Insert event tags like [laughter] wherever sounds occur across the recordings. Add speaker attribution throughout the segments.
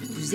Speaker 1: Vous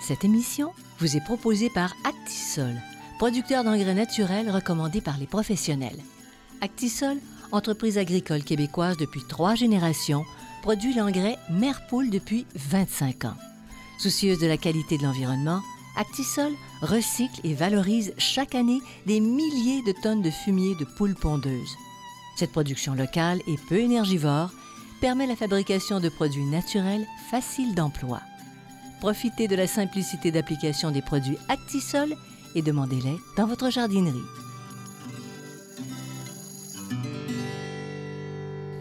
Speaker 1: Cette émission vous est proposée par Actisol, producteur d'engrais naturels recommandé par les professionnels. Actisol, entreprise agricole québécoise depuis trois générations, produit l'engrais Merpoule depuis 25 ans. Soucieuse de la qualité de l'environnement, Actisol recycle et valorise chaque année des milliers de tonnes de fumier de poules pondeuses. Cette production locale et peu énergivore permet la fabrication de produits naturels faciles d'emploi. Profitez de la simplicité d'application des produits Actisol et demandez-les dans votre jardinerie.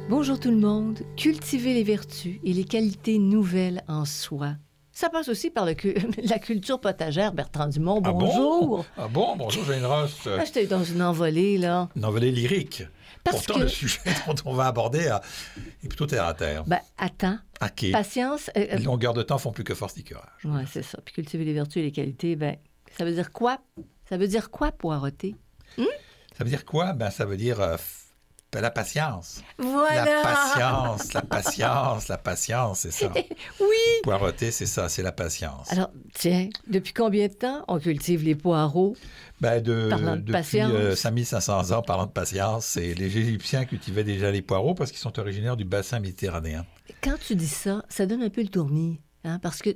Speaker 1: Bonjour tout le monde. Cultiver les vertus et les qualités nouvelles en soi. Ça passe aussi par le cu- [laughs] la culture potagère, Bertrand Dumont.
Speaker 2: Ah bon?
Speaker 1: Bonjour.
Speaker 2: Ah bon, bonjour Jane Ross. Euh,
Speaker 1: Ah, J'étais dans une envolée, là.
Speaker 2: Une envolée lyrique.
Speaker 1: Parce
Speaker 2: Pourtant,
Speaker 1: que-
Speaker 2: le sujet [laughs] dont on va aborder euh, est plutôt terre à terre.
Speaker 1: Ben, attends.
Speaker 2: OK.
Speaker 1: Patience. euh, euh,
Speaker 2: Les longueurs de temps font plus que force ni courage.
Speaker 1: ouais, c'est ça. Puis cultiver les vertus et les qualités, ben, ça veut dire quoi? Ça veut dire quoi, poireauter?
Speaker 2: Ça veut dire quoi? Ben, ça veut dire euh, f- la patience.
Speaker 1: Voilà!
Speaker 2: La patience, la patience, la patience, c'est ça.
Speaker 1: [laughs] Oui!
Speaker 2: Poireauter, c'est ça, c'est la patience.
Speaker 1: Alors, tiens, depuis combien de temps on cultive les poireaux?
Speaker 2: Ben, de,
Speaker 1: Parlant de
Speaker 2: depuis
Speaker 1: patience.
Speaker 2: euh, 5500 ans, parlant de patience, c'est les Égyptiens cultivaient déjà les poireaux parce qu'ils sont originaires du bassin méditerranéen. Ah,
Speaker 1: Quand tu dis ça, ça donne un peu le tournis. Hein, parce que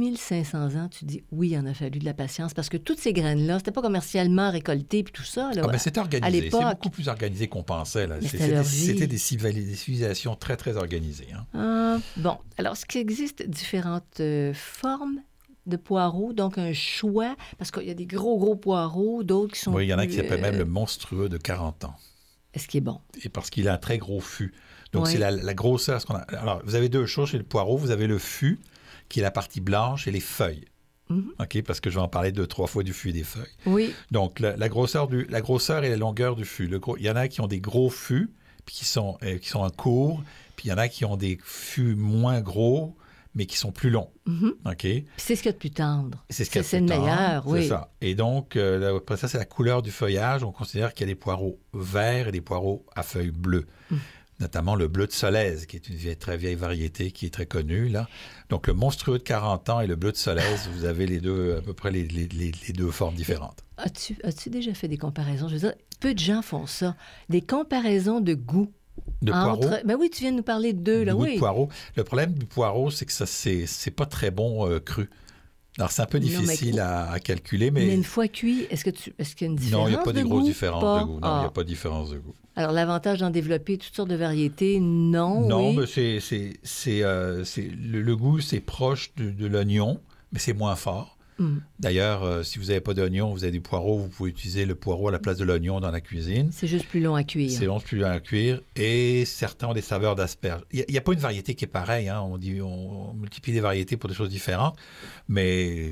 Speaker 1: 5500 ans, tu dis oui, il en a fallu de la patience. Parce que toutes ces graines-là, c'était pas commercialement récoltées puis tout ça. Là,
Speaker 2: Ah ben, c'était organisé, c'est
Speaker 1: l'époque-
Speaker 2: beaucoup plus organisé qu'on pensait. là.
Speaker 1: Mais
Speaker 2: C'est-
Speaker 1: c'était leur
Speaker 2: C'était
Speaker 1: vie.
Speaker 2: c'était des, civili- des civilisations très très organisées. hein.
Speaker 1: Euh, bon, alors, ce qui existe différentes euh, formes de poireaux, donc un choix, parce qu'il y a des gros, gros poireaux, d'autres qui sont.
Speaker 2: Oui, il y en a
Speaker 1: plus,
Speaker 2: qui s'appelle
Speaker 1: euh,
Speaker 2: même le monstrueux de 40 ans.
Speaker 1: Est-ce qu'il est bon?
Speaker 2: Et parce qu'il a un très gros fût. Donc
Speaker 1: Oui.
Speaker 2: c'est la, la grosseur. ce qu'on a- Alors vous avez deux choses chez le poireau. Vous avez le fût, qui est la partie blanche, et les feuilles.
Speaker 1: Mhm.
Speaker 2: Ok, parce que je vais en parler deux, trois fois du fût et des feuilles.
Speaker 1: Oui.
Speaker 2: Donc, la, la grosseur du, la grosseur et la longueur du fût. Le gros- il y en a qui ont des gros fûts, puis qui sont, euh, qui sont en cours, puis il y en a qui ont des fûts moins gros, mais qui sont plus longs.
Speaker 1: Mhm.
Speaker 2: OK?
Speaker 1: Puis C'est ce qu'il y a de plus tendre.
Speaker 2: C'est ce qu'il y a
Speaker 1: C'est-
Speaker 2: de
Speaker 1: c'est le
Speaker 2: plus tendre.
Speaker 1: meilleur, oui.
Speaker 2: C'est ça. Et donc, euh, là, après ça, c'est la couleur du feuillage. On considère qu'il y a des poireaux verts et des poireaux à feuilles bleues.
Speaker 1: Mm.
Speaker 2: Notamment le bleu de Solèze, qui est une vieille- très vieille variété qui est très connue, là. Donc, le monstrueux de 40 ans et le bleu de Solèze, vous avez les deux, à peu près les- les- les- les deux formes différentes.
Speaker 1: As-tu as-tu déjà fait des comparaisons? Je veux dire, peu de gens font ça. Des comparaisons de goût.
Speaker 2: De
Speaker 1: entre...
Speaker 2: poireaux.
Speaker 1: Ben oui, tu viens de nous parler d'eux, là,
Speaker 2: Du goût
Speaker 1: oui.
Speaker 2: de poireau. Le problème du poireau, c'est que ça, c'est, c'est pas très bon euh, cru. Alors, c'est un peu
Speaker 1: Non, mais-
Speaker 2: difficile à, à calculer,
Speaker 1: Mais...
Speaker 2: mais.
Speaker 1: une fois cuit, est-ce que tu est-ce qu'il y a une différence
Speaker 2: non, il n'y a pas
Speaker 1: de
Speaker 2: des grosses
Speaker 1: goût?
Speaker 2: différences
Speaker 1: Pas.
Speaker 2: de goût. Non, il
Speaker 1: Ah.
Speaker 2: n'y a pas de différence de goût.
Speaker 1: Alors, l'avantage d'en développer toutes sortes de variétés, non,
Speaker 2: non,
Speaker 1: Oh, oui.
Speaker 2: mais c'est, c'est, c'est, euh, c'est- le, le goût, c'est proche de, de l'oignon, mais c'est moins fort.
Speaker 1: Hum,
Speaker 2: D'ailleurs, euh, si vous n'avez pas d'oignon, vous avez du poireau, vous pouvez utiliser le poireau à la place de l'oignon dans la cuisine.
Speaker 1: C'est juste plus long à cuire.
Speaker 2: C'est long plus à cuire et certains ont des saveurs d'asperges. Il n'y a, pas une variété qui est pareille. hein. On, dit, on, on multiplie les variétés pour des choses différentes, mais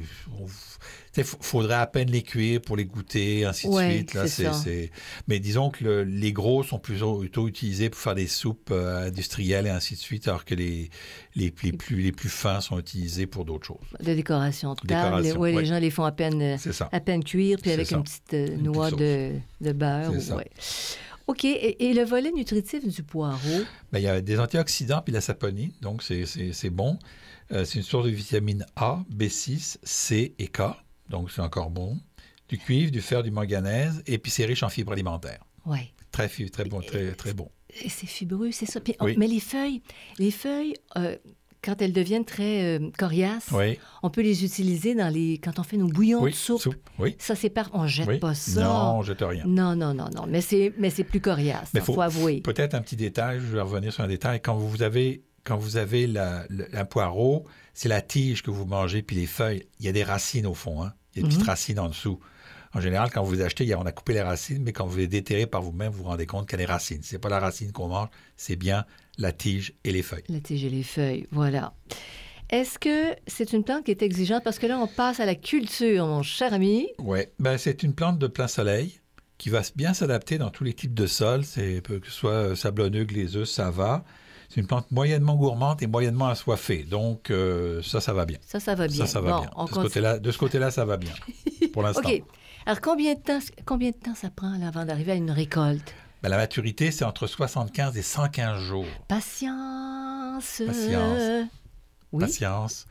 Speaker 2: il faudrait à peine les cuire pour les goûter, ainsi de
Speaker 1: Ouais,
Speaker 2: suite. Là,
Speaker 1: c'est ça.
Speaker 2: Mais disons que le- les gros sont plus plutôt utilisés pour faire des soupes euh, industrielles et ainsi de suite, alors que les, les, les plus, les plus fins sont utilisés pour d'autres choses.
Speaker 1: De décoration de table.
Speaker 2: Décoration,
Speaker 1: ouais, Les
Speaker 2: ouais.
Speaker 1: gens les font à peine, euh,
Speaker 2: C'est ça.
Speaker 1: à peine cuire, puis
Speaker 2: C'est
Speaker 1: avec
Speaker 2: ça.
Speaker 1: une petite euh,
Speaker 2: petite
Speaker 1: noix de, de beurre.
Speaker 2: C'est ça.
Speaker 1: ouais. OK. Et, et le volet nutritif du poireau,
Speaker 2: Ben, il y a des antioxydants puis de la saponine, donc c'est- c'est c'est bon. Euh, c'est une source de vitamine A, B6, C et K, donc c'est encore bon. Du cuivre, du fer, du manganèse, et puis c'est riche en fibres alimentaires.
Speaker 1: oui.
Speaker 2: Très, fi- très bon, très, très bon.
Speaker 1: Et C'est fibreux, c'est ça. Puis on-
Speaker 2: Oui.
Speaker 1: Mais les feuilles, les feuilles euh, quand elles deviennent très euh, coriaces,
Speaker 2: Oui,
Speaker 1: on peut les utiliser dans les quand on fait nos bouillons
Speaker 2: oui,
Speaker 1: de soupe.
Speaker 2: soupe, oui.
Speaker 1: Ça, c'est par... On jette
Speaker 2: oui.
Speaker 1: pas ça.
Speaker 2: Non, jette rien.
Speaker 1: Non, non, non, non. Mais c'est, mais c'est plus coriace.
Speaker 2: Mais
Speaker 1: Il faut,
Speaker 2: faut-
Speaker 1: avouer.
Speaker 2: Peut-être un petit détail, je vais revenir sur un détail. Quand vous avez, quand vous avez la, le- un poireau, c'est la tige que vous mangez, puis les feuilles. Il y a des racines au fond, hein. il y a
Speaker 1: Mhm.
Speaker 2: des petites racines en dessous. En général, quand vous achetez, on a coupé les racines, mais quand vous les déterrez par vous-même, vous vous rendez compte qu'elle est racine. C'est pas la racine qu'on mange, c'est bien la tige et les feuilles.
Speaker 1: La tige et les feuilles, voilà. Est-ce que c'est une plante qui est exigeante? Parce que là, on passe à la culture, mon cher ami.
Speaker 2: Oui, ben, c'est une plante de plein soleil qui va bien s'adapter dans tous les types de sols, c'est que ce soit euh, sablonneux, glaiseux, ça va. C'est une plante moyennement gourmande et moyennement assoiffée. Donc, euh, ça, ça va bien.
Speaker 1: Ça, ça va bien.
Speaker 2: Ça, ça va
Speaker 1: Bon,
Speaker 2: bien.
Speaker 1: on
Speaker 2: De ce,
Speaker 1: continue.
Speaker 2: côté-là, de ce côté-là, ça va bien,
Speaker 1: [laughs]
Speaker 2: pour l'instant.
Speaker 1: OK. Alors, combien de temps, combien de temps ça prend là, avant d'arriver à une récolte?
Speaker 2: Ben, la maturité, c'est entre 75 et 115 jours.
Speaker 1: Patience.
Speaker 2: Patience.
Speaker 1: Oui.
Speaker 2: Patience.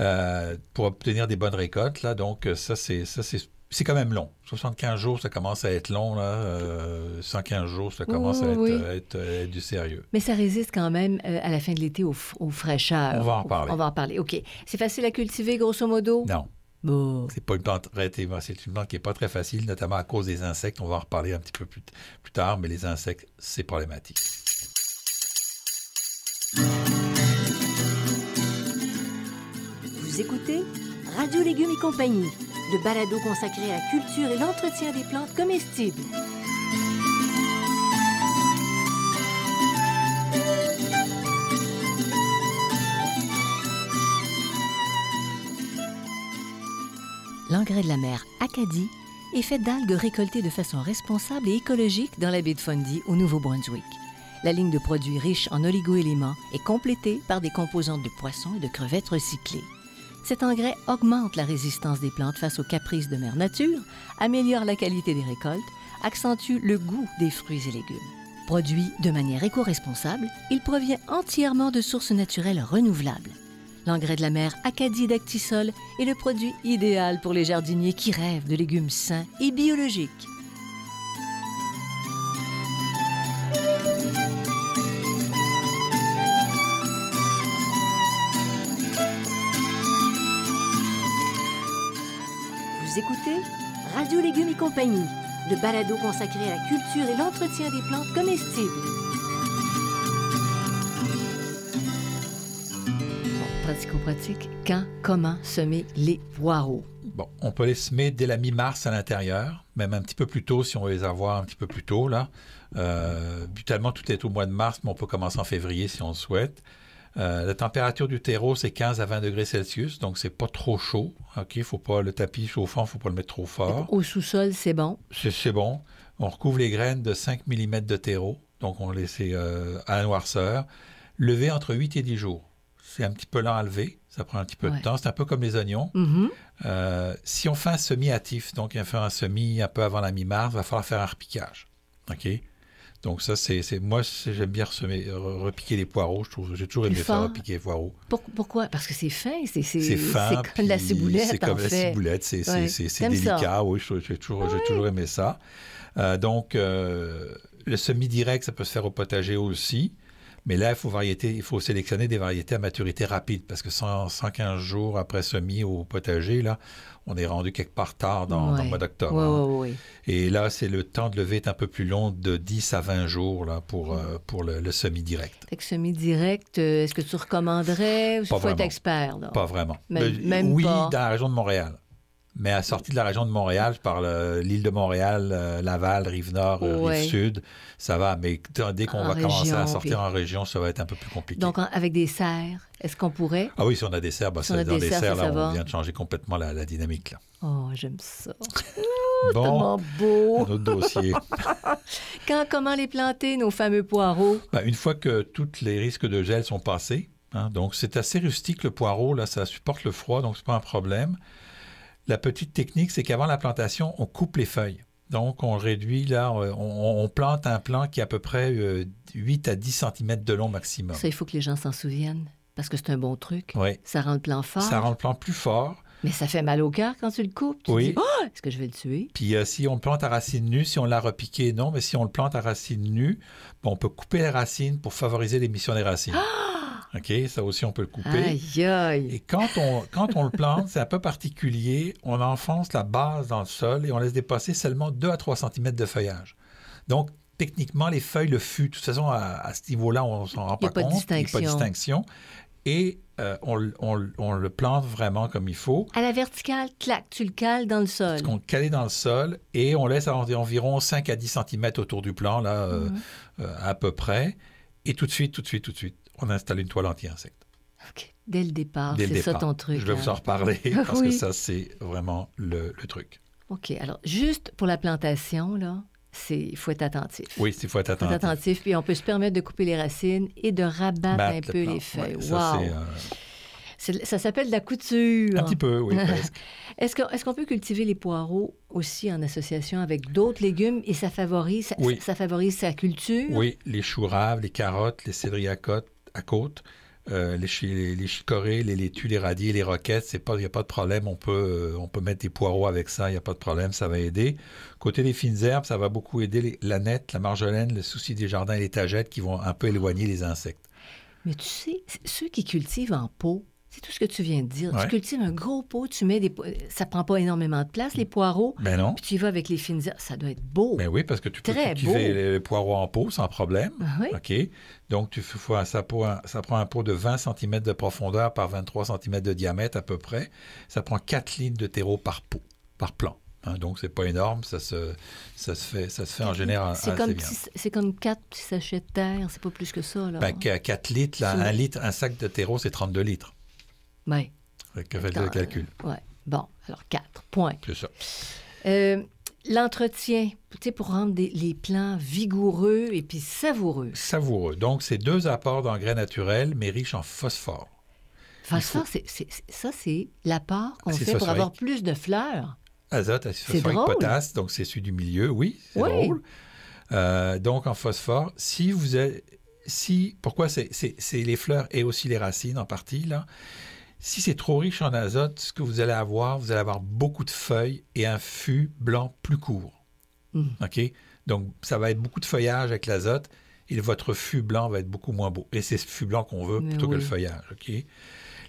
Speaker 2: euh, pour obtenir des bonnes récoltes, là. Donc, euh, ça, c'est, ça, c'est, c'est quand même long. 75 jours, ça commence à être long, là. Euh, 115 jours, ça commence à être,
Speaker 1: Oui.
Speaker 2: à être- à être du sérieux.
Speaker 1: Mais ça résiste quand même euh, à la fin de l'été aux, f- aux fraîcheurs.
Speaker 2: On va en
Speaker 1: Au-
Speaker 2: parler.
Speaker 1: On va en parler. OK. C'est facile à cultiver, grosso modo?
Speaker 2: Non,
Speaker 1: Bon.
Speaker 2: c'est pas une plante relativement- c'est une plante qui est pas très facile, notamment à cause des insectes. On va en reparler un petit peu plus, t- plus tard, mais les insectes, c'est problématique.
Speaker 3: Vous écoutez Radio Légumes et Compagnie, le balado consacré à la culture et l'entretien des plantes comestibles.
Speaker 1: L'engrais de la mer Acadie est fait d'algues récoltées de façon responsable et écologique dans la baie de Fundy au Nouveau-Brunswick. La ligne de produits riche en oligo-éléments est complétée par des composantes de poissons et de crevettes recyclées. Cet engrais augmente la résistance des plantes face aux caprices de mère nature, améliore la qualité des récoltes, accentue le goût des fruits et légumes. Produit de manière éco-responsable, il provient entièrement de sources naturelles renouvelables. L'engrais de la mer Acadie d'Actisol est le produit idéal pour les jardiniers qui rêvent de légumes sains et biologiques.
Speaker 3: Vous écoutez Radio Légumes et Compagnie, le balado consacré à la culture et l'entretien des plantes comestibles.
Speaker 1: Bon, pratico-pratique, quand, comment semer les poireaux?
Speaker 2: Bon, on peut les semer dès la mi-mars à l'intérieur, même un petit peu plus tôt si on veut les avoir un petit peu plus tôt. là. Euh, brutalement, tout est au mois de mars, mais on peut commencer en février si on le souhaite. Euh, la température du terreau, c'est 15 à 20 degrés Celsius, donc c'est pas trop chaud. OK, faut pas le tapis chauffant, faut pas le mettre trop fort.
Speaker 1: Au sous-sol, c'est bon.
Speaker 2: C'est c'est bon. On recouvre les graines de 5 mm de terreau, donc on les laisse euh, à la noirceur. Lever entre 8 et 10 jours. C'est un petit peu lent à lever, ça prend un petit peu
Speaker 1: Ouais.
Speaker 2: de temps. C'est un peu comme les oignons.
Speaker 1: Mhm.
Speaker 2: Euh, si on fait un semis hâtif, donc on fait un semis un peu avant la mi-mars, il va falloir faire un repiquage. OK? Donc ça, c'est c'est- moi, c'est- j'aime bien ressemer- re- repiquer les poireaux. Je trouve- J'ai toujours aimé
Speaker 1: Plus
Speaker 2: faire
Speaker 1: fort.
Speaker 2: repiquer les poireaux.
Speaker 1: Pour- pourquoi? Parce que c'est fin, c'est c'est-
Speaker 2: C'est fin.
Speaker 1: c'est comme de la
Speaker 2: puis
Speaker 1: ciboulette,
Speaker 2: C'est comme
Speaker 1: en
Speaker 2: la
Speaker 1: fait.
Speaker 2: ciboulette. C'est c'est-
Speaker 1: Ouais.
Speaker 2: c'est- c'est
Speaker 1: T'aimes ça?
Speaker 2: délicat. Oui, je- j'ai toujours, j'ai toujours aimé ça. Euh, donc, euh, le semis direct, ça peut se faire au potager aussi. Mais là, il faut, variété, il faut sélectionner des variétés à maturité rapide parce que 100 115 jours après semis au potager, là, on est rendu quelque part tard dans, dans
Speaker 1: Ouais.
Speaker 2: le mois d'octobre.
Speaker 1: Ouais,
Speaker 2: hein.
Speaker 1: ouais, ouais, ouais.
Speaker 2: Et là, c'est le temps de levée est un peu plus long, de 10 à 20 jours là, pour, euh, pour le, le semi-direct.
Speaker 1: Fait que semi-direct, euh, est-ce que tu recommanderais? Il faut être
Speaker 2: vraiment.
Speaker 1: expert, là.
Speaker 2: Pas vraiment.
Speaker 1: Ah. Même-
Speaker 2: Mais-
Speaker 1: même
Speaker 2: oui,
Speaker 1: pas.
Speaker 2: dans la région de Montréal. Mais à sortie de la région de Montréal, par le- l'île de Montréal, euh, Laval, Rive-Nord, euh,
Speaker 1: Ouais.
Speaker 2: Rive-Sud, ça va. Mais t- dès qu'on
Speaker 1: En
Speaker 2: va commencer à
Speaker 1: région,
Speaker 2: sortir
Speaker 1: puis-
Speaker 2: en région, ça va être un peu plus compliqué.
Speaker 1: Donc, en- avec des serres, est-ce qu'on pourrait?
Speaker 2: Ah oui, si on a des serres, bah,
Speaker 1: Si on a
Speaker 2: c'est- dans
Speaker 1: des
Speaker 2: des
Speaker 1: serres,
Speaker 2: serres,
Speaker 1: ça,
Speaker 2: là,
Speaker 1: ça
Speaker 2: on
Speaker 1: va.
Speaker 2: vient de changer complètement la, la dynamique. Là.
Speaker 1: Oh, j'aime ça.
Speaker 2: Bon,
Speaker 1: Tellement beau.
Speaker 2: un autre dossier.
Speaker 1: Quand, comment les planter, nos fameux poireaux?
Speaker 2: Ben, une fois que tous les risques de gel sont passés, hein, donc c'est assez rustique le poireau, là, ça supporte le froid, donc c'est pas un problème. La petite technique, c'est qu'avant la plantation, on coupe les feuilles. Donc on réduit, là, euh, on, on- on plante un plant qui est à peu près euh, 8 à 10 cm de long maximum.
Speaker 1: Ça, il faut que les gens s'en souviennent, parce que c'est un bon truc.
Speaker 2: Oui.
Speaker 1: Ça rend le plan fort,
Speaker 2: Ça rend le plant plus fort.
Speaker 1: mais ça fait mal au cœur quand tu le coupes. Tu
Speaker 2: Oui.
Speaker 1: dis, Ah, est-ce que je vais le tuer?
Speaker 2: Puis euh, si on le plante à racine nue, si on l'a repiqué, non, mais si on le plante à racine nue, ben, on peut couper les racines pour favoriser l'émission des racines. OK, ça aussi on peut le couper.
Speaker 1: Aïe, aïe.
Speaker 2: Et quand on, quand on le plante, c'est un peu particulier. On enfonce la base dans le sol et on laisse dépasser seulement 2 à 3 cm de feuillage. Donc, techniquement, les feuilles, le fût, de toute façon, à, à ce niveau-là, on s'en rend
Speaker 1: Il y a
Speaker 2: pas,
Speaker 1: pas de
Speaker 2: compte. Il n'y a pas de
Speaker 1: distinction.
Speaker 2: distinction. et euh, on, l- on l- on le plante vraiment comme il faut.
Speaker 1: À la verticale, clac, tu le cales dans le sol.
Speaker 2: qu'on calé dans le sol et on laisse en- environ 5 à 10 cm autour du plan, là, euh,
Speaker 1: Mhm. Mm.
Speaker 2: euh, à peu près. Et tout de suite, tout de suite, tout de suite, on installe une toile anti-insecte.
Speaker 1: OK. Dès le départ,
Speaker 2: dès le
Speaker 1: c'est ça
Speaker 2: départ.
Speaker 1: ton truc.
Speaker 2: Je vais
Speaker 1: là.
Speaker 2: vous
Speaker 1: [laughs]
Speaker 2: en reparler
Speaker 1: Ah
Speaker 2: parce
Speaker 1: oui.
Speaker 2: que ça, c'est vraiment le, le truc.
Speaker 1: OK. Alors, juste pour la plantation, là, c'est il faut être attentif.
Speaker 2: Oui, il faut être
Speaker 1: Faut être
Speaker 2: attentif.
Speaker 1: attentif, puis on peut se permettre de couper les racines et de rabattre un
Speaker 2: Battre le
Speaker 1: peu
Speaker 2: plan.
Speaker 1: les feuilles.
Speaker 2: Ouais,
Speaker 1: wow!
Speaker 2: ça, c'est, euh,
Speaker 1: C'est- Ça s'appelle de la couture.
Speaker 2: un petit peu,
Speaker 1: [laughs]
Speaker 2: oui, presque.
Speaker 1: Est-ce qu'on est-ce qu'on peut cultiver les poireaux aussi en association avec d'autres légumes et ça favorise, ça-
Speaker 2: Oui.
Speaker 1: ça, favorise sa culture?
Speaker 2: Oui, les choux raves, les carottes, les céleri à côte, à côte euh, les, chi- les, les chicorées, les laitues, les radis, les roquettes, c'est pas, il n'y a pas de problème. On peut, euh, on peut mettre des poireaux avec ça, il n'y a pas de problème, ça va aider. Côté des fines herbes, ça va beaucoup aider les- la nette, la marjolaine, le souci des jardins et les tagettes qui vont un peu éloigner les insectes.
Speaker 1: Mais tu sais, c- ceux qui cultivent en pot, c'est tout ce que tu viens de dire. Tu
Speaker 2: Ouais.
Speaker 1: cultives un gros pot, tu mets des... po- Ça prend pas énormément de place, les poireaux,
Speaker 2: Ben non.
Speaker 1: puis tu y vas avec les fines... herbes. Ça doit être beau.
Speaker 2: Ben oui, parce que tu peux
Speaker 1: Très
Speaker 2: cultiver
Speaker 1: beau.
Speaker 2: les, les poireaux en pot sans problème.
Speaker 1: Ah oui?
Speaker 2: OK. Donc, tu f- faut un- ça, pour un- ça prend un pot de 20 cm de profondeur par 23 cm de diamètre à peu près. Ça prend 4 litres de terreau par pot, par plan. Hein, donc, c'est pas énorme. Ça se, ça se fait, ça se fait en général
Speaker 1: C'est
Speaker 2: assez
Speaker 1: comme,
Speaker 2: bien.
Speaker 1: petit- c'est comme quatre petits sachets de terre, c'est pas plus que ça, là.
Speaker 2: Ben, qu'à 4 litres, là,
Speaker 1: Sous-
Speaker 2: un, litre, un sac de terreau, c'est 32 litres.
Speaker 1: Ouais.
Speaker 2: Fait que Faites
Speaker 1: Dans-
Speaker 2: le calcul.
Speaker 1: Ouais. Bon, alors quatre, point.
Speaker 2: C'est ça.
Speaker 1: Euh, L'entretien, tu sais, pour rendre des- les plants vigoureux et puis savoureux.
Speaker 2: Savoureux. Donc, c'est deux apports d'engrais naturels, mais riches en phosphore.
Speaker 1: Enfin,
Speaker 2: Il faut-
Speaker 1: ça, c'est- c'est- c'est- ça, c'est l'apport qu'on
Speaker 2: C'est
Speaker 1: fait pour
Speaker 2: phosphorique.
Speaker 1: avoir plus de fleurs.
Speaker 2: Azote,
Speaker 1: C'est
Speaker 2: phosphorique,
Speaker 1: drôle.
Speaker 2: potasse, donc c'est celui du milieu, oui, c'est
Speaker 1: Oui.
Speaker 2: drôle. Euh, donc en phosphore, si vous avez, si, pourquoi c'est, c'est- c'est les fleurs et aussi les racines en partie, là. Si c'est trop riche en azote, ce que vous allez avoir, vous allez avoir beaucoup de feuilles et un fût blanc plus court.
Speaker 1: Mhm.
Speaker 2: OK? Donc ça va être beaucoup de feuillage avec l'azote et votre fût blanc va être beaucoup moins beau. Et c'est ce fût blanc qu'on veut
Speaker 1: Mais
Speaker 2: plutôt que le
Speaker 1: oui.
Speaker 2: feuillage. OK?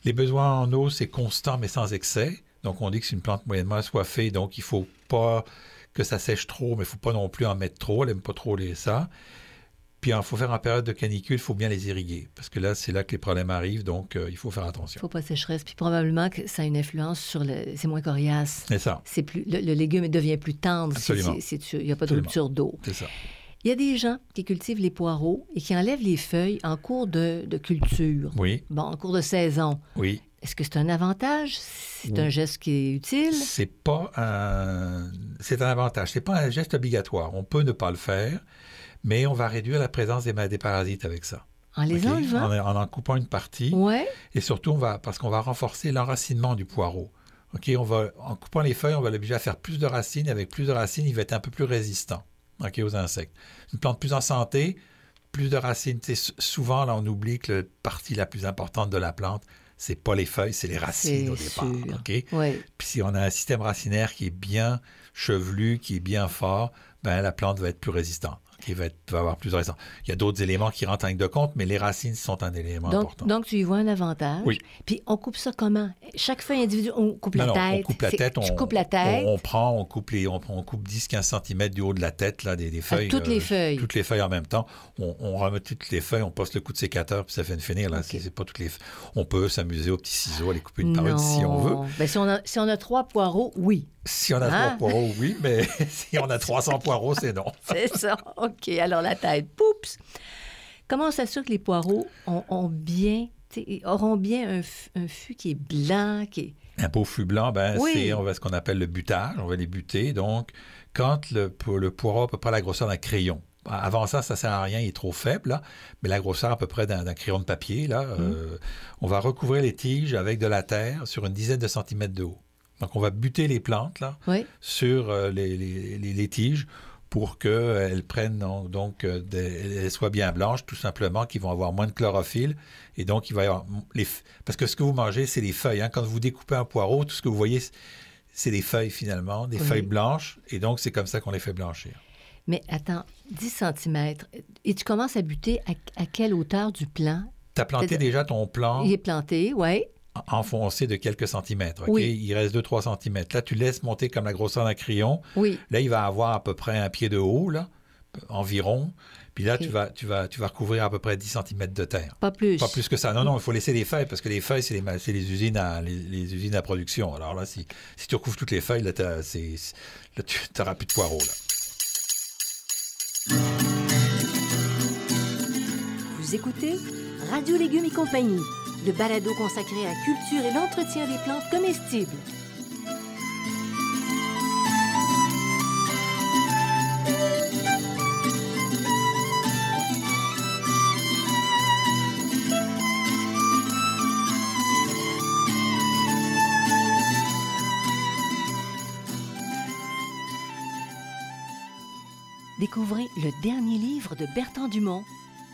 Speaker 2: Les besoins en eau, c'est constant mais sans excès. Donc, on dit que c'est une plante moyennement assoiffée, donc il faut pas que ça sèche trop, mais il faut pas non plus en mettre trop. Elle aime pas trop les ça. Puis, il faut faire en période de canicule, il faut bien les irriguer, parce que là, c'est là que les problèmes arrivent, donc euh, il faut faire
Speaker 1: Il
Speaker 2: attention.
Speaker 1: faut pas de sécheresse. Puis probablement que ça a une influence sur le... C'est moins coriace.
Speaker 2: C'est ça,
Speaker 1: C'est plus, le, le légume devient plus tendre si-
Speaker 2: Absolument.
Speaker 1: si- si tu- il n'y a pas de
Speaker 2: Absolument.
Speaker 1: rupture d'eau.
Speaker 2: c'est ça.
Speaker 1: Il y a des gens qui cultivent les poireaux et qui enlèvent les feuilles en cours de, de culture,
Speaker 2: Oui,
Speaker 1: bon, en cours de saison.
Speaker 2: oui.
Speaker 1: Est-ce que c'est un avantage? C'est
Speaker 2: Oui.
Speaker 1: un geste qui est utile?
Speaker 2: C'est pas un... C'est un avantage. C'est pas un geste obligatoire. On peut ne pas le faire, mais on va réduire la présence des, ma- des parasites avec ça.
Speaker 1: En les hein?
Speaker 2: OK? Ah
Speaker 1: enlevant?
Speaker 2: En, en en coupant une partie.
Speaker 1: Ouais.
Speaker 2: Et surtout, on va, parce qu'on va renforcer l'enracinement du poireau. OK, on va, en coupant les feuilles, on va l'obliger à faire plus de racines. Avec plus de racines, il va être un peu plus résistant OK, aux insectes. Une plante plus en santé, plus de racines. Tu sais, s- souvent, là, on oublie que la partie la plus importante de la plante, c'est pas les feuilles, c'est les racines au
Speaker 1: C'est
Speaker 2: départ.
Speaker 1: sûr.
Speaker 2: OK?
Speaker 1: Ouais.
Speaker 2: Puis si on a un système racinaire qui est bien chevelu, qui est bien fort, ben la plante va être plus résistante. Qui va, être- va avoir plus de résistance. Il y a d'autres éléments qui rentrent en ligne de compte, mais les racines sont un élément important.
Speaker 1: Donc, donc, tu y vois un avantage.
Speaker 2: Oui.
Speaker 1: Puis, on coupe ça comment? Chaque feuille individuelle, on coupe la
Speaker 2: Non, non,
Speaker 1: tête.
Speaker 2: on coupe la
Speaker 1: C'est-
Speaker 2: tête.
Speaker 1: tu
Speaker 2: on-
Speaker 1: coupes la tête.
Speaker 2: On, on prend, on coupe, les, on, on coupe 10-15 cm du haut de la tête, là, des, des feuilles.
Speaker 1: toutes les feuilles.
Speaker 2: euh, Toutes les feuilles en même temps. On, on remet toutes les feuilles, on passe le coup de sécateur, puis ça fait une finir. Là,
Speaker 1: Ok.
Speaker 2: C'est- c'est pas toutes les... fe- On peut s'amuser aux petits ciseaux, aller couper une par une si on veut.
Speaker 1: Non. Ben, si, on a, si on a trois poireaux, oui. [laughs]
Speaker 2: Si on a
Speaker 1: Ah.
Speaker 2: trois poireaux, oui,
Speaker 1: [laughs]
Speaker 2: mais si on a 300 poireaux, c'est non.
Speaker 1: C'est ça. OK. Alors, la tête, poups. Comment on s'assure que les poireaux ont, ont bien, tu sais, auront bien un, f- un fût qui est blanc, qui est...
Speaker 2: Un beau flux blanc, ben,
Speaker 1: Oui.
Speaker 2: c'est on va, ce qu'on appelle le butage. On va les buter. Donc, quand le, po- le poireau a à peu près la grosseur d'un crayon, avant ça, ça sert à rien, il est trop faible, là, mais la grosseur à peu près d'un d'un crayon de papier, là, euh, on va recouvrir les tiges avec de la terre sur une dizaine de centimètres de haut. Donc, on va buter les plantes là,
Speaker 1: Oui.
Speaker 2: sur euh, les, les- les- les tiges pour qu'elles prennent donc- donc euh, des- elles soient bien blanches, tout simplement, qu'ils vont avoir moins de chlorophylle et donc il va y avoir les f- parce que ce que vous mangez c'est les feuilles. hein. Quand vous découpez un poireau, tout ce que vous voyez c'est des feuilles finalement, des
Speaker 1: Oui.
Speaker 2: feuilles blanches et donc c'est comme ça qu'on les fait blanchir.
Speaker 1: Mais attends, 10 cm. Et tu commences à buter à, à quelle hauteur du plan?
Speaker 2: Tu as planté
Speaker 1: C'est-à-dire-
Speaker 2: déjà ton plant
Speaker 1: Il est planté, oui.
Speaker 2: en- enfoncé de quelques centimètres. ok?
Speaker 1: Oui.
Speaker 2: Il reste 2-3 centimètres. Là, tu laisses monter comme la grosseur d'un crayon.
Speaker 1: Oui.
Speaker 2: Là, il va avoir à peu près un pied de haut. Là. environ. Puis là,
Speaker 1: Ok.
Speaker 2: tu, vas, tu, vas, tu vas recouvrir à peu près 10 cm de terre.
Speaker 1: Pas plus.
Speaker 2: Pas plus que ça. Non, non, il faut laisser les feuilles parce que les feuilles, c'est les, ma- c'est les usines, à, les, les usines à production. Alors là, si, si tu recouvres toutes les feuilles, là, t'as- c'est- là, tu n'auras plus de poireaux. Là.
Speaker 3: Vous écoutez Radio Légumes et Compagnie, le balado consacré à la culture et l'entretien des plantes comestibles.
Speaker 1: Découvrez le dernier livre de Bertrand Dumont,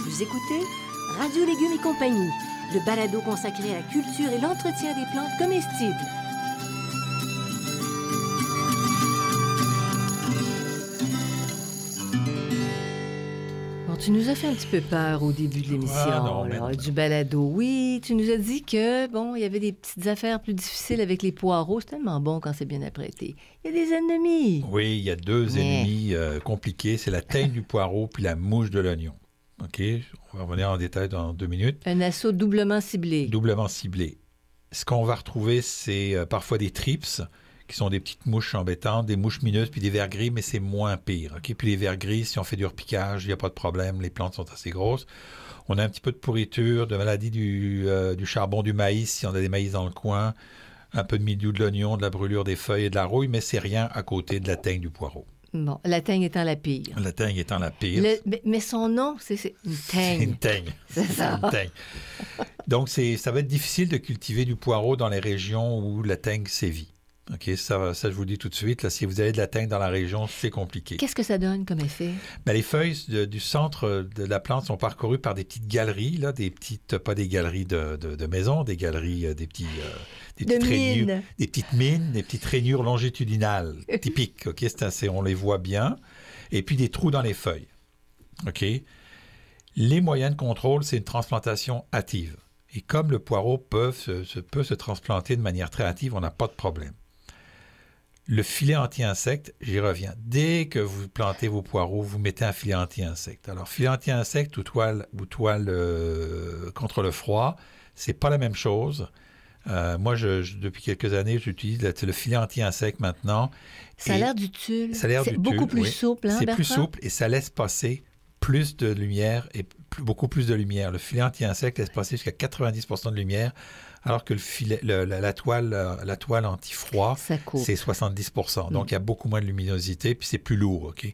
Speaker 3: Vous écoutez Radio Légumes et Compagnie, le balado consacré à la culture et l'entretien des plantes comestibles.
Speaker 1: Bon, tu nous as fait un petit peu peur au début de l'émission,
Speaker 2: Ah, non, mais-
Speaker 1: là, du balado. Oui, tu nous as dit que, bon, il y avait des petites affaires plus difficiles avec les poireaux. C'est tellement bon quand c'est bien apprêté. Il y a des ennemis.
Speaker 2: Oui, il y a deux
Speaker 1: Mais-
Speaker 2: ennemis euh, compliqués. C'est la teigne du poireau puis la mouche de l'oignon. OK? On va revenir en détail dans deux minutes.
Speaker 1: Un assaut doublement ciblé.
Speaker 2: Doublement ciblé. Ce qu'on va retrouver, c'est euh, parfois des trips, qui sont des petites mouches embêtantes, des mouches mineuses, puis des vers gris, mais c'est moins pire. OK? Puis les vers gris, si on fait du repiquage, il n'y a pas de problème, les plantes sont assez grosses. On a un petit peu de pourriture, de maladie du, euh, du charbon, du maïs, si on a des maïs dans le coin, un peu de milieu de l'oignon, de la brûlure des feuilles et de la rouille, mais c'est rien à côté de la teigne du poireau.
Speaker 1: Bon, la teigne étant la pire.
Speaker 2: La teigne étant la pire.
Speaker 1: Le- mais, mais son nom, c'est c'est une
Speaker 2: C'est
Speaker 1: teigne.
Speaker 2: une teigne.
Speaker 1: C'est ça.
Speaker 2: Une teigne. Donc, c'est, ça va être difficile de cultiver du poireau dans les régions où la teigne sévit. OK, ça, ça, je vous le dis tout de suite. Là, si vous avez de la teigne dans la région, c'est compliqué.
Speaker 1: Qu'est-ce que ça donne comme effet?
Speaker 2: Ben, les feuilles de- du centre de la plante sont parcourues par des petites galeries, là, des petites, pas des galeries de, de, de maison, des galeries, euh, des petits, euh, des
Speaker 1: De
Speaker 2: petites rainures-
Speaker 1: mine.
Speaker 2: des petites mines, des petites rainures longitudinales typiques. Ok, c'est assez, on les voit bien. Et puis des trous dans les feuilles. Ok. Les moyens de contrôle, c'est une transplantation hâtive. Et comme le poireau peut se, se- peut se transplanter de manière très hâtive, on n'a pas de problème. Le filet anti-insecte, j'y reviens. Dès que vous plantez vos poireaux, vous mettez un filet anti-insecte. Alors, filet anti-insecte ou toile, ou toile euh, contre le froid, c'est pas la même chose. Euh, moi, je- je- depuis quelques années, j'utilise le, le filet anti-insecte maintenant.
Speaker 1: Ça a
Speaker 2: Et-
Speaker 1: l'air du tulle.
Speaker 2: ça a l'air
Speaker 1: C'est
Speaker 2: du
Speaker 1: beaucoup
Speaker 2: tulle,
Speaker 1: plus
Speaker 2: oui.
Speaker 1: souple, hein,
Speaker 2: c'est plus
Speaker 1: Bertrand?
Speaker 2: souple et ça laisse passer plus de lumière et plus- beaucoup plus de lumière. Le filet anti-insecte laisse passer jusqu'à 90% de lumière, alors que le filet, le- la, la toile, euh, la toile anti-froid,
Speaker 1: Ça coupe.
Speaker 2: c'est 70%.
Speaker 1: Mm.
Speaker 2: Donc, il y a beaucoup moins de luminosité, puis c'est plus lourd, OK?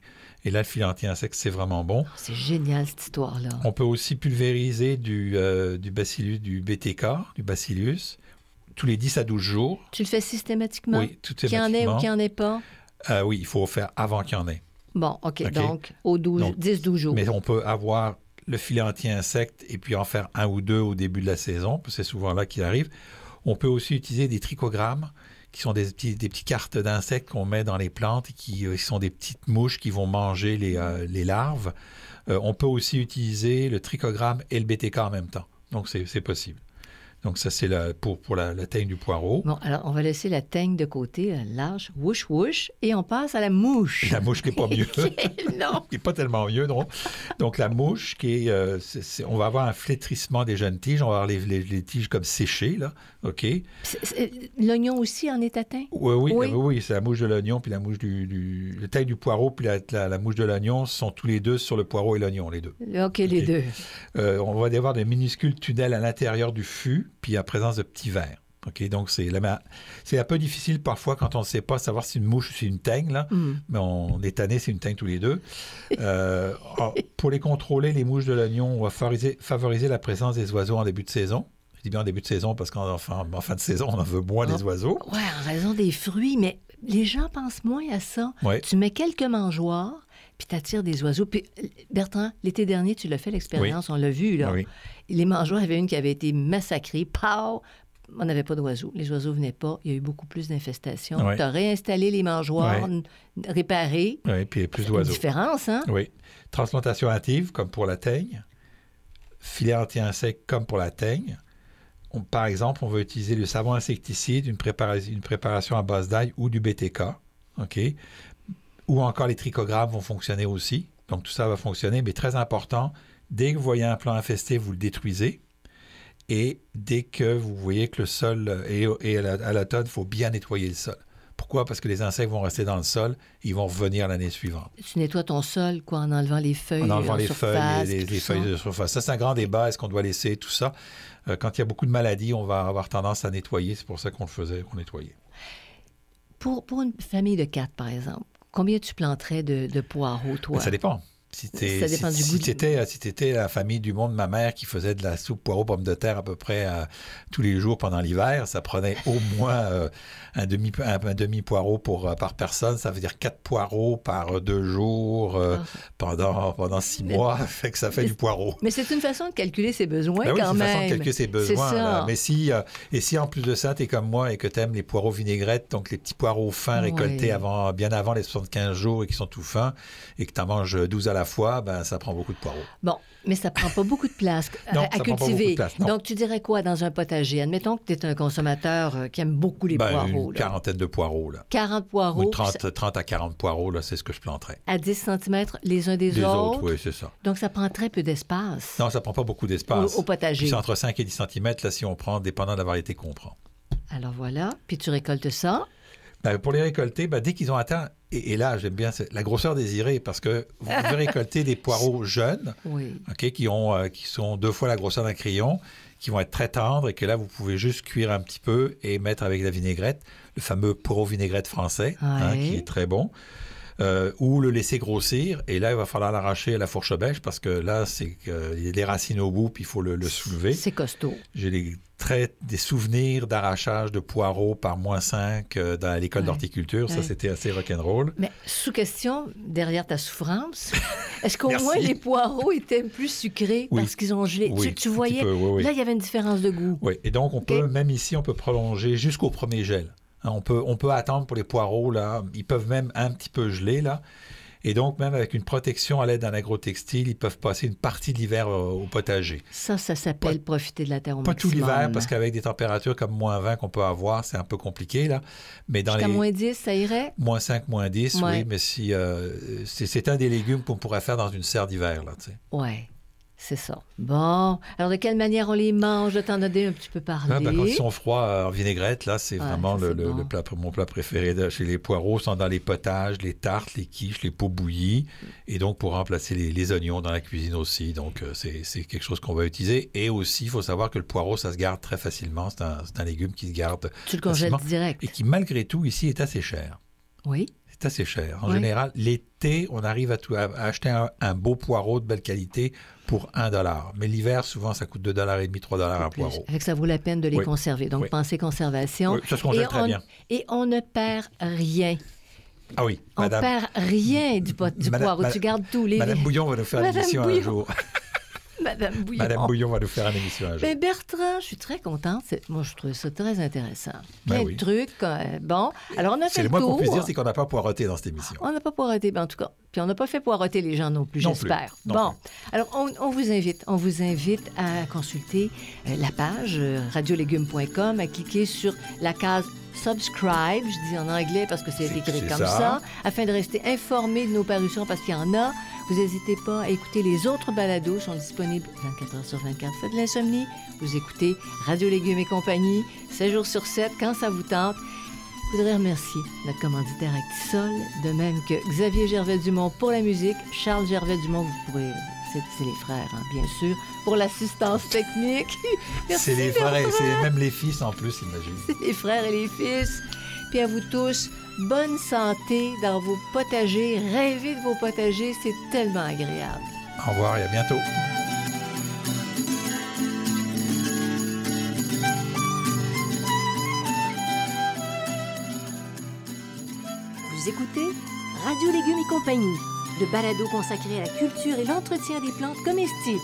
Speaker 2: Et là, le filet anti-insecte, c'est vraiment bon.
Speaker 1: C'est génial, cette histoire-là.
Speaker 2: On peut aussi pulvériser du, euh, du bacillus, du BTK, du bacillus, tous les 10 à 12 jours.
Speaker 1: Tu le fais systématiquement?
Speaker 2: Oui, tout
Speaker 1: Qu'il y en ait ou
Speaker 2: systématiquement.
Speaker 1: qu'il n'y en ait pas?
Speaker 2: Euh, oui, il faut faire avant qu'il y en ait.
Speaker 1: Bon, OK.
Speaker 2: OK.
Speaker 1: Donc, au 12,
Speaker 2: Donc,
Speaker 1: 10-12 jours.
Speaker 2: Mais on peut avoir le filet anti-insecte et puis en faire un ou deux au début de la saison, parce que c'est souvent là qu'il arrive. On peut aussi utiliser des trichogrammes, qui sont des petits, des petites cartes d'insectes qu'on met dans les plantes, et qui euh, sont des petites mouches qui vont manger les, euh, les larves. Euh, on peut aussi utiliser le trichogramme et le BTK en même temps. Donc c'est c'est possible. Donc ça, c'est la- pour, pour la, la teigne du poireau.
Speaker 1: Bon, alors, on va laisser la teigne de côté, la large, wouch wouch, et on passe à la mouche.
Speaker 2: La mouche qui n'est
Speaker 1: [laughs]
Speaker 2: pas mieux.
Speaker 1: non!
Speaker 2: qui n'est pas tellement vieux, non. Donc la mouche, qui est, euh, c'est- c'est- on va avoir un flétrissement des jeunes tiges, on va avoir les, les- les tiges comme séchées, là, OK? Oui,
Speaker 1: C'est- c'est- L'oignon aussi en est atteint?
Speaker 2: oui,
Speaker 1: Oui.
Speaker 2: oui, oui, c'est la mouche de l'oignon, puis la mouche du, du- Le taille du poireau, puis la, la- la mouche de l'oignon sont tous les deux sur le poireau et l'oignon, les deux.
Speaker 1: OK, les
Speaker 2: OK.
Speaker 1: deux.
Speaker 2: Euh, on va avoir des minuscules tunnels à l'intérieur du fût, puis en présence de petits vers. OK, donc c'est la- c'est un peu difficile parfois quand on ne sait pas savoir si une mouche ou si une teigne, là.
Speaker 1: Hmm.
Speaker 2: mais on est tanné, c'est une teigne tous les deux. Euh, en- pour les contrôler, les mouches de l'oignon, on va favoriser, favoriser la présence des oiseaux en début de saison. Je dis bien en début de saison parce qu'en en fin, en fin de saison, on en veut moins des oiseaux.
Speaker 1: Ouais, en raison des fruits, mais les gens pensent moins à ça.
Speaker 2: Ouais.
Speaker 1: Tu mets quelques mangeoires, puis tu attires des oiseaux. Puis, euh, Bertrand, l'été dernier, tu l'as fait l'expérience, on l'a vu, là.
Speaker 2: Oui.
Speaker 1: Les mangeoires, il y avait une qui avait été massacrée. Pow! On n'avait pas d'oiseaux. Les oiseaux venaient pas. Il y a eu beaucoup plus d'infestations.
Speaker 2: Ouais.
Speaker 1: Tu as réinstallé les mangeoires,
Speaker 2: Ouais.
Speaker 1: n- réparé.
Speaker 2: Oui, puis il y a plus
Speaker 1: Une
Speaker 2: d'oiseaux.
Speaker 1: différence, hein?
Speaker 2: Oui. Transplantation hâtive, comme pour la teigne. Filet anti-insectes, comme pour la teigne. On- par exemple, on va utiliser le savon insecticide, une, prépara- une préparation à base d'ail ou du BTK. OK? Ou encore les trichogrammes vont fonctionner aussi. Donc tout ça va fonctionner, mais très important, dès que vous voyez un plant infesté, vous le détruisez. Et dès que vous voyez que le sol euh, est, est à la- à l'automne, il faut bien nettoyer le sol. Pourquoi? Parce que les insectes vont rester dans le sol, ils vont revenir l'année suivante
Speaker 1: Tu nettoies ton sol, quoi, en enlevant les feuilles.
Speaker 2: en enlevant
Speaker 1: euh,
Speaker 2: les
Speaker 1: surface,
Speaker 2: feuilles, les,
Speaker 1: puis tout
Speaker 2: les feuilles
Speaker 1: ça.
Speaker 2: de surface. Ça, c'est un grand débat. Est-ce qu'on doit laisser tout ça? Euh, quand il y a beaucoup de maladies, on va avoir tendance à nettoyer. C'est pour ça qu'on le faisait, qu'on nettoyait.
Speaker 1: Pour, pour une famille de quatre, par exemple, combien tu planterais de, de poireaux, toi?
Speaker 2: Mais Ça dépend. Si t'es-
Speaker 1: Ça dépend
Speaker 2: si,
Speaker 1: du
Speaker 2: si
Speaker 1: goût du-
Speaker 2: t'étais- si t'étais la famille du monde, ma mère qui faisait de la soupe poireau pommes de terre à peu près euh, tous les jours pendant l'hiver, ça prenait
Speaker 1: [laughs]
Speaker 2: au moins euh, un demi un, un demi poireau pour euh, par personne. Ça veut dire quatre poireaux par euh, deux jours euh,
Speaker 1: Ah.
Speaker 2: pendant pendant six mois, [laughs] fait que ça fait
Speaker 1: Mais-
Speaker 2: du poireau.
Speaker 1: Mais c'est une façon de calculer ses besoins
Speaker 2: Ben oui,
Speaker 1: quand
Speaker 2: c'est une
Speaker 1: même.
Speaker 2: façon de calculer ses besoins.
Speaker 1: C'est ça.
Speaker 2: là. Mais si, euh, et si en plus de ça, tu es comme moi et que tu aimes les poireaux vinaigrettes, donc les petits poireaux fins
Speaker 1: Ouais.
Speaker 2: récoltés avant, bien avant les 75 jours et qui sont tout fins, et que tu en manges 12 à la fois, ben, ça prend beaucoup de poireaux.
Speaker 1: Bon, mais ça prend pas beaucoup de place à,
Speaker 2: [laughs] Non,
Speaker 1: à
Speaker 2: ça prend pas beaucoup de
Speaker 1: cultiver.
Speaker 2: place, non.
Speaker 1: Donc, tu dirais quoi dans un potager? Admettons que tu es un consommateur euh, qui aime beaucoup les
Speaker 2: Ben,
Speaker 1: poireaux.
Speaker 2: une
Speaker 1: là. Oh,
Speaker 2: quarantaine de poireaux. Là.
Speaker 1: 40
Speaker 2: Ou
Speaker 1: poireaux
Speaker 2: 30,
Speaker 1: puis
Speaker 2: 30 à 40 poireaux, là, c'est ce que je planterais.
Speaker 1: ça- à 10 cm les uns des,
Speaker 2: Les
Speaker 1: autres.
Speaker 2: autres, oui, c'est ça.
Speaker 1: Donc, ça prend très peu d'espace
Speaker 2: Non, ça prend pas beaucoup
Speaker 1: au,
Speaker 2: d'espace.
Speaker 1: au potager.
Speaker 2: Puis c'est entre 5 et 10 cm, là, si on prend, dépendant de la variété qu'on prend.
Speaker 1: Alors voilà, puis tu récoltes ça.
Speaker 2: Ben, pour les récolter, ben, dès qu'ils ont atteint, et, et là j'aime bien c'est la grosseur désirée, parce que vous
Speaker 1: [laughs]
Speaker 2: pouvez récolter des poireaux jeunes,
Speaker 1: Oui.
Speaker 2: ok, qui, ont, euh, qui sont deux fois la grosseur d'un crayon, qui vont être très tendres et que là vous pouvez juste cuire un petit peu et mettre avec la vinaigrette, le fameux poireau vinaigrette français, hein,
Speaker 1: Ouais.
Speaker 2: qui est très bon. Euh, ou le laisser grossir, et là il va falloir l'arracher à la fourche à bêche parce que là c'est que, euh, il y a des racines au bout, puis il faut le, le soulever.
Speaker 1: C'est costaud.
Speaker 2: J'ai des, très- des souvenirs d'arrachage de poireaux par moins 5 dans l'école
Speaker 1: Ouais.
Speaker 2: d'horticulture. Ça,
Speaker 1: Ouais.
Speaker 2: c'était assez rock'n'roll.
Speaker 1: Mais sous question, derrière ta souffrance,
Speaker 2: [laughs]
Speaker 1: est-ce qu'au
Speaker 2: Merci.
Speaker 1: moins les poireaux étaient plus sucrés
Speaker 2: Oui.
Speaker 1: parce qu'ils ont gelé?
Speaker 2: Oui,
Speaker 1: tu, tu
Speaker 2: un petit
Speaker 1: voyais,
Speaker 2: peu, oui, oui.
Speaker 1: là, il y avait une différence de goût.
Speaker 2: Oui, et donc on
Speaker 1: Ok.
Speaker 2: peut, même ici, on peut prolonger jusqu'au premier gel. Hein, on, peut, on peut attendre pour les poireaux, là. Ils peuvent même un petit peu geler, là. Et donc, même avec une protection à l'aide d'un agrotextile, ils peuvent passer une partie de l'hiver euh, au potager.
Speaker 1: Ça, ça s'appelle profiter de la terre au
Speaker 2: Pas tout
Speaker 1: maximum.
Speaker 2: l'hiver, parce qu'avec des températures comme moins 20 qu'on peut avoir, c'est un peu compliqué, là. Mais dans
Speaker 1: Jusqu'à
Speaker 2: les...
Speaker 1: moins 10, ça irait?
Speaker 2: Moins 5, moins 10,
Speaker 1: Ouais.
Speaker 2: oui, mais si euh, c'est c'est un des légumes qu'on pourrait faire dans une serre d'hiver, là, tu sais.
Speaker 1: Ouais. C'est ça. Bon. Alors, de quelle manière on les mange? T'en as déjà un petit peu parlé.
Speaker 2: Ah, ben, quand ils sont froids euh, en vinaigrette, là, c'est
Speaker 1: Ouais,
Speaker 2: vraiment
Speaker 1: ça,
Speaker 2: le,
Speaker 1: c'est
Speaker 2: le-
Speaker 1: bon.
Speaker 2: le plat, mon plat préféré de- chez les poireaux. sont dans les potages, les tartes, les quiches, les pots bouillis. Et donc, pour remplacer les, les oignons dans la cuisine aussi. Donc, euh, c'est c'est quelque chose qu'on va utiliser. Et aussi, il faut savoir que le poireau, ça se garde très facilement. C'est un, c'est un légume qui se garde
Speaker 1: Tu le congèles
Speaker 2: facilement.
Speaker 1: direct.
Speaker 2: et qui, malgré tout, ici, est assez cher.
Speaker 1: Oui.
Speaker 2: C'est assez cher. En
Speaker 1: Ouais.
Speaker 2: général, l'été, on arrive à, tout- à acheter un, un beau poireau de belle qualité pour 1 dollar. Mais l'hiver, souvent, ça coûte 2,5 3 dollars un
Speaker 1: Plus.
Speaker 2: Ah, poireau.
Speaker 1: Fait que ça vaut la peine de les
Speaker 2: Oui.
Speaker 1: conserver. Donc,
Speaker 2: Oui.
Speaker 1: pensez conservation.
Speaker 2: Oui, ça se congèle
Speaker 1: et,
Speaker 2: très
Speaker 1: on,
Speaker 2: bien.
Speaker 1: et on ne perd rien.
Speaker 2: Ah oui,
Speaker 1: On
Speaker 2: madame.
Speaker 1: perd rien du, pot- du
Speaker 2: Madame-
Speaker 1: poireau.
Speaker 2: madame-
Speaker 1: tu gardes tous les.
Speaker 2: Madame Bouillon va nous faire une
Speaker 1: Madame
Speaker 2: émission un
Speaker 1: Bouillon.
Speaker 2: jour.
Speaker 1: Madame Bouillon.
Speaker 2: Madame Bouillon va nous faire une émission un jour.
Speaker 1: Mais Bertrand, je suis très contente. C'est- Moi, je trouve ça très intéressant. Plein
Speaker 2: Ben
Speaker 1: de
Speaker 2: oui.
Speaker 1: trucs. euh, Bon, alors on a fait
Speaker 2: C'est
Speaker 1: le
Speaker 2: le moins qu'on
Speaker 1: tour.
Speaker 2: puisse dire, c'est qu'on n'a pas poireauté dans cette émission.
Speaker 1: On n'a pas poireauté, ben en tout cas. Puis on n'a pas fait poireauter les gens non plus,
Speaker 2: Non
Speaker 1: j'espère.
Speaker 2: plus, non
Speaker 1: bon, alors on, on vous invite, on vous invite à consulter euh, la page euh, radiolégumes.com, à cliquer sur la case subscribe, je dis en anglais parce que c'est
Speaker 2: C'est-
Speaker 1: écrit
Speaker 2: c'est
Speaker 1: comme ça.
Speaker 2: ça.
Speaker 1: afin de rester informé de nos parutions parce qu'il y en a. Vous n'hésitez pas à écouter les autres balados, sont disponibles 24 heures sur 24. Faites de l'insomnie, vous écoutez Radio Légumes et compagnie, 7 jours sur 7, quand ça vous tente. Je voudrais remercier notre commanditaire Actisol, de même que Xavier Gervais-Dumont pour la musique, Charles Gervais-Dumont, vous pourrez, c'est c'est les frères, hein, bien sûr, pour l'assistance technique. [laughs] Merci,
Speaker 2: C'est les
Speaker 1: Bertrand.
Speaker 2: frères, et- c'est même les fils en plus, imagine.
Speaker 1: les frères et les fils. Puis à vous tous, bonne santé dans vos potagers. Rêvez de vos potagers, c'est tellement agréable.
Speaker 2: Au revoir et à bientôt.
Speaker 1: Vous écoutez Radio Légumes et compagnie, le balado consacré à la culture et l'entretien des plantes comestibles.